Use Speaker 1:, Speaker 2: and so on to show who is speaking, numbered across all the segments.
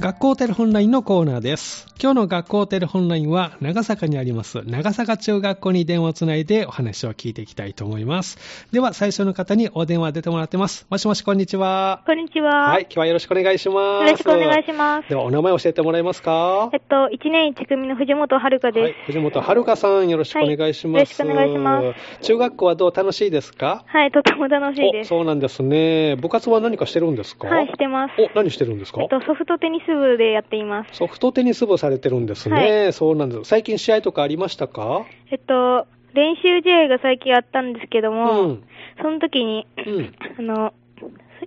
Speaker 1: 学校テレホンラインのコーナーです。今日の学校テレホンラインは長坂にあります長坂中学校に電話をつないでお話を聞いていきたいと思います。では最初の方にお電話出てもらってます。もしもしこんにちは。
Speaker 2: こんにちは。
Speaker 1: はい、今日はよろしくお願いします。
Speaker 2: よろしくお願いします
Speaker 1: で。はお名前教えてもらえますか
Speaker 2: えっと、一年一組の藤本遥香
Speaker 1: は
Speaker 2: で
Speaker 1: い
Speaker 2: す。、
Speaker 1: 藤本遥さんよろしくお願いします。。
Speaker 2: はいよろしくお願いします
Speaker 1: 中学校はどう楽しいですか
Speaker 2: はい、とても楽しいで
Speaker 1: お
Speaker 2: す。
Speaker 1: そうなんですね。部活は何かしてるんですか
Speaker 2: はい、してます。
Speaker 1: お、何してるんですか
Speaker 2: えっと、ソフトテニス部でやっています。
Speaker 1: ソフトテニス部されてるんですね、そうなんです。最近試合とかありましたか
Speaker 2: えっと、練習試合が最近あったんですけども、
Speaker 1: うん
Speaker 2: その時に、
Speaker 1: うん。
Speaker 2: あの、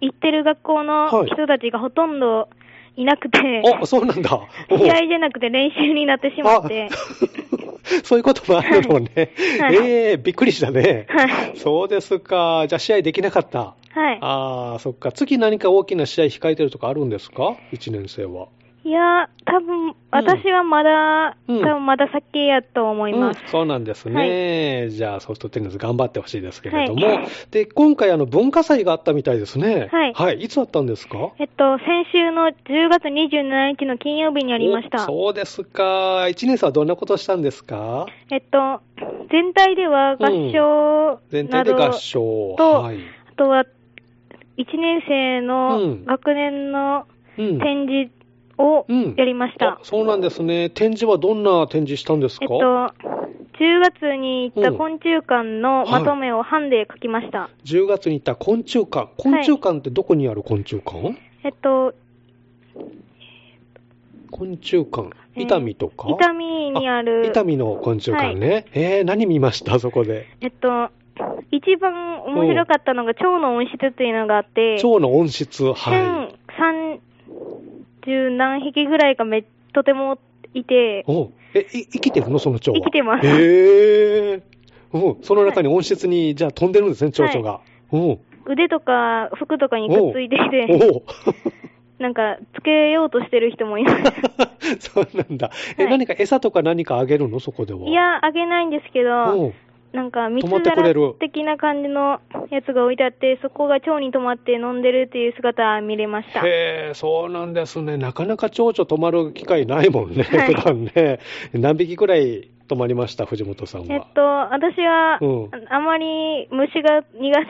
Speaker 2: 行ってる学校の
Speaker 1: はい
Speaker 2: 人たちがほとんどいなくて、
Speaker 1: お、そうなんだ。お
Speaker 2: 試合じゃなくて練習になってしまって、
Speaker 1: あ そういうこともあるのね。
Speaker 2: はい
Speaker 1: ええびっくりしたね。
Speaker 2: はい。
Speaker 1: そうですか。じゃあ試合できなかった。
Speaker 2: はい。
Speaker 1: ああ、そっか。次何か大きな試合控えてるとかあるんですか ?1 年生は。
Speaker 2: いや、多分、私はまだ、
Speaker 1: うん
Speaker 2: 多分まだ先やと思います。
Speaker 1: うんそうなんですね。じゃあソフトテニス頑張ってほしいですけれども。
Speaker 2: はい
Speaker 1: で、今回あの文化祭があったみたいですね。
Speaker 2: はい
Speaker 1: い。いつあったんですか
Speaker 2: えっと、先週の10月27日の金曜日にありました。
Speaker 1: おそうですか。1年生はどんなことしたんですか
Speaker 2: えっと、全体では合唱
Speaker 1: 全体
Speaker 2: な
Speaker 1: で
Speaker 2: ど、
Speaker 1: 合
Speaker 2: あ
Speaker 1: 唱。
Speaker 2: と
Speaker 1: はい。
Speaker 2: とは1年生
Speaker 1: う
Speaker 2: の
Speaker 1: ん
Speaker 2: 学年の
Speaker 1: うん
Speaker 2: 展示を
Speaker 1: うん
Speaker 2: やりました。
Speaker 1: あそうなんですね。展示はどんな展示したんですか
Speaker 2: えっと、10月に行った
Speaker 1: うん
Speaker 2: 昆虫館のまとめをハンで書きました。
Speaker 1: 10月に行った昆虫館。昆虫館ってどこにある昆虫館、
Speaker 2: えっと、
Speaker 1: 昆虫館。
Speaker 2: えー
Speaker 1: 伊丹とか、
Speaker 2: 伊丹にある
Speaker 1: 伊、丹の昆虫館ね。えー、何見ましたそこで。
Speaker 2: えっと、一番面白かったのが蝶の温室っていうのがあって、
Speaker 1: 蝶の温室。はい。
Speaker 2: 1030何匹ぐらいがめとてもいて、
Speaker 1: おえ、い生きてるのその蝶は。
Speaker 2: 生きてます
Speaker 1: えー。うんその中に温室に、じゃあ飛んでるんですね、蝶々が。うん
Speaker 2: 腕とか服とかにくっついていて、
Speaker 1: おお
Speaker 2: なんかつけようとしてる人もいます。
Speaker 1: そうなんだ。え、
Speaker 2: はい
Speaker 1: 何か餌とか何かあげるのそこでは。
Speaker 2: いや、あげないんですけ
Speaker 1: お
Speaker 2: ど、
Speaker 1: う、
Speaker 2: なんか蜜
Speaker 1: 止まってくれ
Speaker 2: 皿
Speaker 1: る
Speaker 2: 的な感じのやつが置いてあって、そこが蝶に止まって飲んでるっていう姿は見れました。
Speaker 1: へえ、そうなんですね。なかなか蝶々止まる機会ないもんね、
Speaker 2: はい
Speaker 1: 普段ね。何匹くらい止まりました、藤本さん
Speaker 2: えっ
Speaker 1: は。
Speaker 2: と、私は、
Speaker 1: うん
Speaker 2: ああまり虫が苦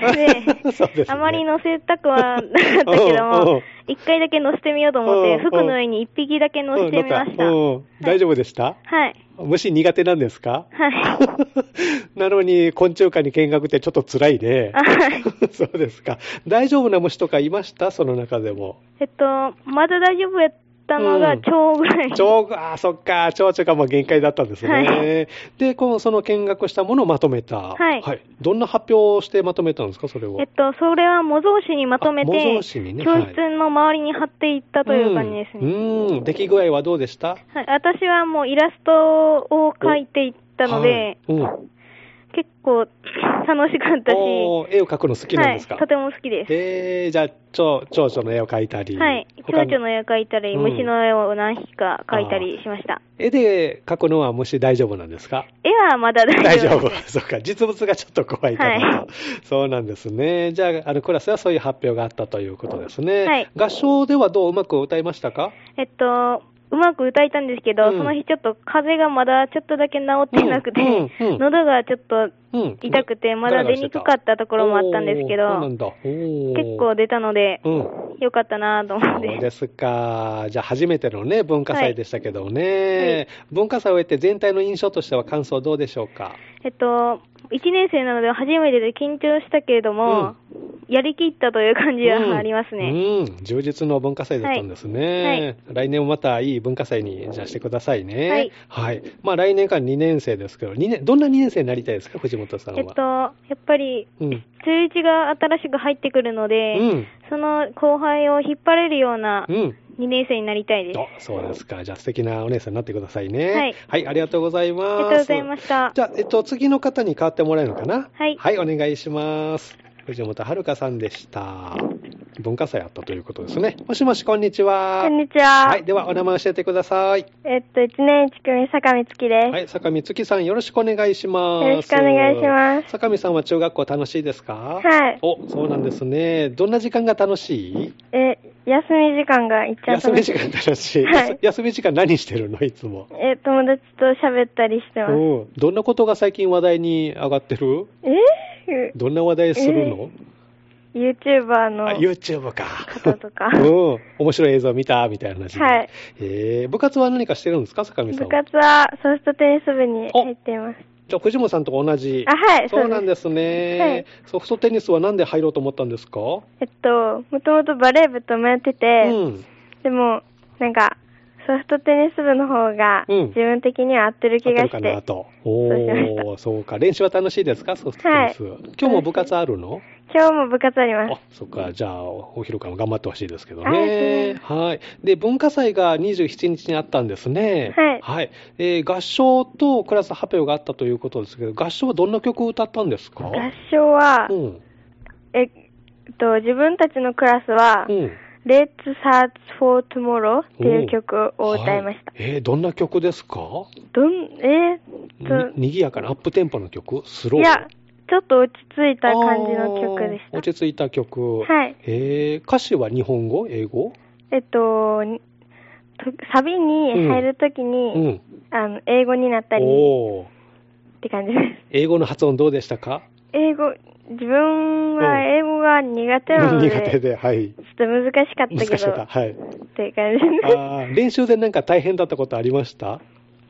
Speaker 2: 手
Speaker 1: そうですね
Speaker 2: で、あまり乗せたくはなかったけど
Speaker 1: うんうん
Speaker 2: も、一回だけ乗せてみようと思って、
Speaker 1: うんうん
Speaker 2: 服の上に一匹だけ乗せてみまし
Speaker 1: う
Speaker 2: た。
Speaker 1: ん
Speaker 2: は
Speaker 1: 乗ったうん大丈夫でした、
Speaker 2: い。
Speaker 1: 虫苦手なんですか
Speaker 2: はい。
Speaker 1: なのに、昆虫館に見学ってちょっと辛いね
Speaker 2: あ。はい。
Speaker 1: そうですか。大丈夫な虫とかいましたその中でも。
Speaker 2: えっと、まだ大丈夫やったの
Speaker 1: う
Speaker 2: が
Speaker 1: ん
Speaker 2: 蝶ぐらい。
Speaker 1: 蝶が、あーそっか、蝶々がもう限界だったんですね。
Speaker 2: はい
Speaker 1: で、このその見学したものをまとめた。
Speaker 2: はい
Speaker 1: どんな発表をしてまとめたんですか、それを。
Speaker 2: えっと、それは模造紙にまとめて、
Speaker 1: あ模造紙にね
Speaker 2: 教室の周りに貼っていったという感じですね。
Speaker 1: うん。うん出来具合はどうでした
Speaker 2: はい、私はもうイラストを描いていったので、
Speaker 1: はいうん
Speaker 2: 結構楽しかったし、
Speaker 1: おー絵を描くの好きなんですか、
Speaker 2: はい、とても好きです。
Speaker 1: えー、じゃあ、蝶蝶々の絵を描いたり。
Speaker 2: はい、蝶
Speaker 1: 他の
Speaker 2: 々の絵を描いたり、
Speaker 1: うん
Speaker 2: 虫の絵を何匹か描いたりしました。
Speaker 1: 絵で描くのは虫大丈夫なんですか
Speaker 2: 絵はま だ大
Speaker 1: 大
Speaker 2: 丈
Speaker 1: 丈
Speaker 2: 夫
Speaker 1: 夫
Speaker 2: です。。
Speaker 1: そうか。実物がちょっと怖いからと、
Speaker 2: はい
Speaker 1: そうなんですね。じゃあ、あの、クラスはそういう発表があったということですね。
Speaker 2: はい
Speaker 1: 合唱ではどううまく歌いましたか
Speaker 2: えっと、うまく歌えたんですけど、
Speaker 1: うん
Speaker 2: その日ちょっと風邪がまだちょっとだけ治ってなくて、
Speaker 1: うんうんうん
Speaker 2: 喉がちょっと
Speaker 1: うん
Speaker 2: 痛くてまだ出にくかったところもあったんですけ
Speaker 1: おーそう
Speaker 2: ど、
Speaker 1: なんだ。
Speaker 2: 結
Speaker 1: 結
Speaker 2: 構出たので、
Speaker 1: うん。
Speaker 2: よかったなと思っ
Speaker 1: そう
Speaker 2: て
Speaker 1: で。すか。じゃあ初めてのね、文化祭でしたけどね。
Speaker 2: はいはい
Speaker 1: 文化祭を終えて全体の印象としては感想どうでしょうか
Speaker 2: えっと、1年生なので初めてで緊張したけれども、やりきったという感じはありますね。
Speaker 1: うん。うん充実の文化祭だったんですね。
Speaker 2: はいはい
Speaker 1: 来年もまたいい文化祭にじゃあしてくださいね。
Speaker 2: はい。
Speaker 1: まあ来年から2年生ですけど、2年、どんな2年生になりたいですか藤本さんは。
Speaker 2: えっと、やっぱり、
Speaker 1: うん。
Speaker 2: 中1が新しく入ってくるので、
Speaker 1: うん。
Speaker 2: その後輩を引っ張れるような
Speaker 1: うん。
Speaker 2: 2年生になりたいです。
Speaker 1: あ、そうですか。じゃあ素敵なお姉さんになってくださいね。
Speaker 2: はい
Speaker 1: ありがとうございます。
Speaker 2: ありがとうございました。
Speaker 1: じゃあ、えっと、次の方に代わってもらえるのかな
Speaker 2: はい
Speaker 1: お願いします。藤本遥さんでした。文化祭あったということですね。もしもし、こんにちは。
Speaker 3: こんにちは。
Speaker 1: はい、では、お名前教えてください。
Speaker 3: えっと、1年1組、坂見月です。
Speaker 1: はい、坂見月さん、よろしくお願いします。
Speaker 3: よろしくお願いします
Speaker 1: 坂見さんは中学校楽しいですか
Speaker 3: はい
Speaker 1: お、そうなんですね。どんな時間が楽しい
Speaker 3: え、
Speaker 2: 休み時間がいっちゃ
Speaker 1: 休
Speaker 2: 楽
Speaker 1: み
Speaker 2: し
Speaker 1: 時
Speaker 2: い
Speaker 1: 間楽しい。
Speaker 2: はい
Speaker 1: 休み時間何してるのいつも。
Speaker 2: え、友達と喋ったりしてます。
Speaker 1: うん。どんなことが最近話題に上がってる
Speaker 2: え
Speaker 1: どんな話題するの、
Speaker 2: ?YouTuber の
Speaker 1: あ、YouTube か。
Speaker 2: 方 とか。
Speaker 1: うん。面白い映像見たみたいな話で。
Speaker 2: はい。
Speaker 1: えー、部活は何かしてるんですか坂見さん
Speaker 2: 部
Speaker 1: は。
Speaker 2: 活はソフトテニス部に入っています。
Speaker 1: じゃあ、藤本さんと同じ。
Speaker 2: あ、はい、
Speaker 1: そうなんです
Speaker 2: は
Speaker 1: ね
Speaker 2: い。
Speaker 1: ソフトテニスはなんで入ろうと思ったんですか
Speaker 2: えっと、もともとバレー部と迷ってて、
Speaker 1: うん。
Speaker 2: でも、なんか、ソフトテニス部の方が、
Speaker 1: うん
Speaker 2: 自分的には合ってる
Speaker 1: 合
Speaker 2: 気
Speaker 1: って
Speaker 2: が
Speaker 1: る
Speaker 2: し
Speaker 1: か
Speaker 2: て、
Speaker 1: なと。
Speaker 2: そうしました
Speaker 1: おー、そうか。練習は楽しいですかソフトテニス。今日も部活あるの
Speaker 2: 今日も部活あります
Speaker 1: あ。、そっか。じゃあ、お昼からも頑張ってほしいですけど
Speaker 2: ありがとう
Speaker 1: ね。はい。で、文化祭が27日にあったんですね。
Speaker 2: はい
Speaker 1: えー合唱とクラス発表があったということですけど、合唱はどんな曲を歌ったんですか
Speaker 2: 合唱は、
Speaker 1: うん。
Speaker 2: えっと、自分たちのクラスは、
Speaker 1: うん。
Speaker 2: Let's Search for Tomorrow っていう曲を歌いました。
Speaker 1: はえーどんな曲ですか
Speaker 2: どん、えーっ
Speaker 1: ににぎやかなアップテンポの曲ス
Speaker 2: と、
Speaker 1: ロー
Speaker 2: いや、ちょっと落ち着いた感じの曲でし
Speaker 1: あー
Speaker 2: た。
Speaker 1: 落ち着いた曲。
Speaker 2: はい
Speaker 1: えー歌詞は日本語英語
Speaker 2: えっと、にとサビに入るときに、
Speaker 1: うん。
Speaker 2: あの、英語になったりっ
Speaker 1: おー
Speaker 2: て感じです。
Speaker 1: 英語の発音どうでしたか
Speaker 2: 英語、自分
Speaker 1: うん
Speaker 2: は英語が苦手なの で、
Speaker 1: 苦手で、はい
Speaker 2: ちょ。っと難しかったけ
Speaker 1: 難しかった。
Speaker 2: ど、
Speaker 1: はい。
Speaker 2: って感じです。
Speaker 1: あー練習でなんか大変だったことありました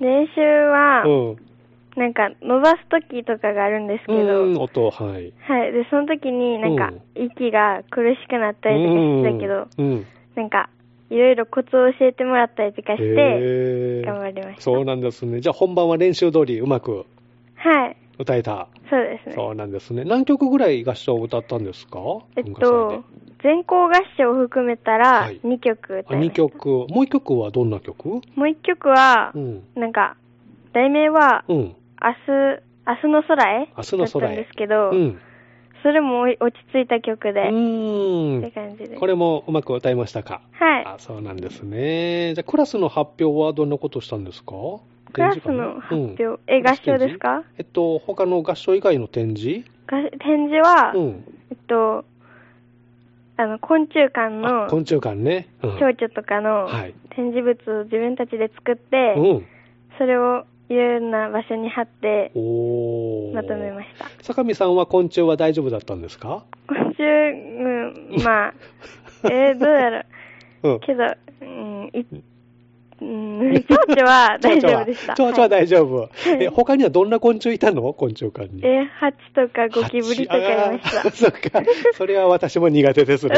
Speaker 2: 練習
Speaker 1: う
Speaker 2: は、
Speaker 1: ん。
Speaker 2: なんか伸ばすときとかがあるんですけど、
Speaker 1: うん、音、はい。
Speaker 2: はい。で、その時になんか、息が苦しくなったりとかしてたけど、
Speaker 1: うんうん。
Speaker 2: なんか、いろいろコツを教えてもらったりとかして、
Speaker 1: へー
Speaker 2: 頑張りました
Speaker 1: そうなんですね。じゃあ本番は練習通りうまく
Speaker 2: はい。
Speaker 1: 歌えた。
Speaker 2: そうですね。
Speaker 1: そうなんですね。何曲ぐらい合唱を歌ったんですか
Speaker 2: えっ
Speaker 1: 文化祭で
Speaker 2: と、全校合唱を含めた
Speaker 1: は
Speaker 2: ら、
Speaker 1: い
Speaker 2: 2曲歌
Speaker 1: あ
Speaker 2: いま
Speaker 1: 2
Speaker 2: した。
Speaker 1: 曲、もう1曲はどんな曲
Speaker 2: もう1曲は
Speaker 1: う、ん。
Speaker 2: なんか、題名は、
Speaker 1: うん。
Speaker 2: 明日、明日の空へ
Speaker 1: 明日の空へ
Speaker 2: だったんですけど、
Speaker 1: うん。
Speaker 2: それも落ち着いた曲
Speaker 1: う
Speaker 2: で、って
Speaker 1: ー
Speaker 2: 感じで
Speaker 1: ん。これもうまく歌いましたか
Speaker 2: はい。
Speaker 1: あそうなんですね。じゃあ、クラスの発表はどんなことしたんですか
Speaker 2: クラスの発表、え、合唱ですか
Speaker 1: えっと、他の合唱以外の展示
Speaker 2: が展示は、
Speaker 1: うん。
Speaker 2: えっと、あの、昆虫館
Speaker 1: あ
Speaker 2: の
Speaker 1: 昆虫館ね。うん
Speaker 2: 蝶々とかの
Speaker 1: はい
Speaker 2: 展示物を自分たちで作って、
Speaker 1: うん。
Speaker 2: それをいろいろな場所に貼って
Speaker 1: おー
Speaker 2: まとめました。
Speaker 1: 坂見さんは昆虫は大丈夫だったんですか
Speaker 2: 昆虫、うん、ま あ、えーどうやろう。
Speaker 1: うん。
Speaker 2: けど、うん、い、うん、蝶々は大丈夫でした。
Speaker 1: 蝶々は蝶々
Speaker 2: は
Speaker 1: はい大丈夫。え、他にはどんな昆虫いたの昆虫館に。
Speaker 2: え、ハチとかゴキブリとかいまし
Speaker 1: あ
Speaker 2: た
Speaker 1: ー。 そっか。それは私も苦手 ですね。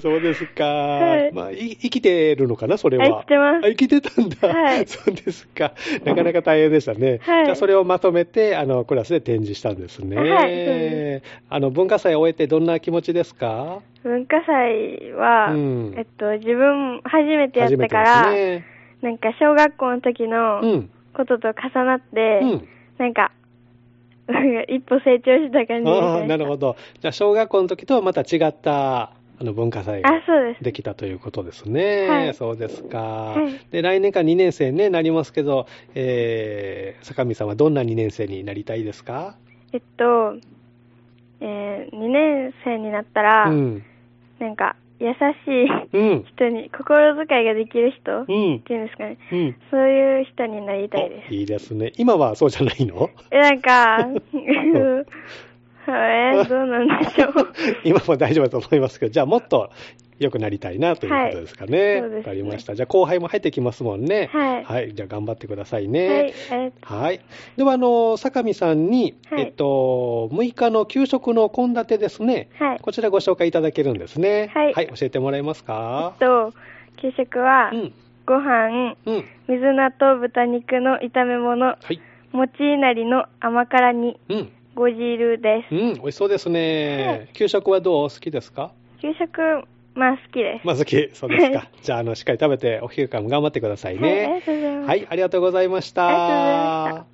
Speaker 1: そうですか。
Speaker 2: はい
Speaker 1: まあ、い生きてるのかな、それは。
Speaker 2: あ生きてます
Speaker 1: あ生きてたんだ。
Speaker 2: はい
Speaker 1: そうですか。なかなか大変でしたね。
Speaker 2: はい
Speaker 1: じゃあ、それをまとめて、あの、クラスで展示したんですね。
Speaker 2: はいそうで
Speaker 1: あの、文化祭を終えてどんな気持ちですか
Speaker 2: 文化祭は、
Speaker 1: うん
Speaker 2: えっと、自分初めてやっ
Speaker 1: 初
Speaker 2: た
Speaker 1: めて
Speaker 2: から、
Speaker 1: ですね。
Speaker 2: なんか小学校の時
Speaker 1: う
Speaker 2: の
Speaker 1: ん。
Speaker 2: ことと重なって、
Speaker 1: うん。
Speaker 2: なんか、 一歩成長した感じで
Speaker 1: ああ、なるほ
Speaker 2: ど。
Speaker 1: ど。じゃあ、小学校の時とはまた違った、あの、文化祭が
Speaker 2: あ、そうです。
Speaker 1: できたということですね。
Speaker 2: はい
Speaker 1: そうですか、
Speaker 2: い
Speaker 1: で、来年から2年生に、ね、なりますけど、えー、坂見さんはどんな2年生になりたいですか
Speaker 2: えっと、え2年生になったら、
Speaker 1: うん。
Speaker 2: なんか、優し
Speaker 1: う
Speaker 2: い
Speaker 1: ん。
Speaker 2: 人に、心遣いができる人、
Speaker 1: うん
Speaker 2: っ。ていうんですかね。
Speaker 1: うん。
Speaker 2: そういう人になりたいです
Speaker 1: お。いいですね。今はそうじゃないの
Speaker 2: え、なん か、
Speaker 1: ん
Speaker 2: えどうなんでしょう。
Speaker 1: 今も大丈夫だと思いますけど、じゃあもっと良くなりたいなということですかね。わ、
Speaker 2: はいそうですね
Speaker 1: かりました。じゃあ後輩も入ってきますもんね。
Speaker 2: はい
Speaker 1: じゃあ頑張ってください
Speaker 2: は
Speaker 1: ね
Speaker 2: い。、えっと
Speaker 1: はい。では、あの、坂見さんに、
Speaker 2: はい
Speaker 1: えっと、6日の給食の献立ですね。
Speaker 2: はい
Speaker 1: こちらご紹介いただけるんですね。
Speaker 2: はい
Speaker 1: 教えてもらえますか
Speaker 2: えっと、給食は、
Speaker 1: うん。
Speaker 2: ご飯、
Speaker 1: うん。
Speaker 2: 水菜と豚肉の炒め物、
Speaker 1: はい。
Speaker 2: もちいなりの甘辛煮、
Speaker 1: うん。
Speaker 2: ご汁です
Speaker 1: う。ん。美味しそうです
Speaker 2: は
Speaker 1: ね。給食はどう好きですか
Speaker 2: 給食、まあ好きです。
Speaker 1: まあ好き。そうです
Speaker 2: は
Speaker 1: か。じゃあ、あの、しっかり食べて、お昼間も頑張ってくださいね。
Speaker 2: はい、ありがとうございます。
Speaker 1: はい、ありがとうございました。
Speaker 2: ありがとうございまし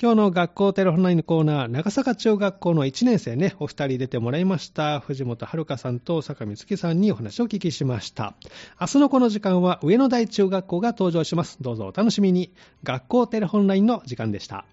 Speaker 2: た
Speaker 1: 今日の学校テレホンラインのコーナー、長坂中学校の1年生ね、お二人出てもらいました。藤本遥さんと坂美月さんにお話をお聞きしました。明日のこの時間は上野台中学校が登場します。どうぞお楽しみに。学校テレホンラインの時間でした。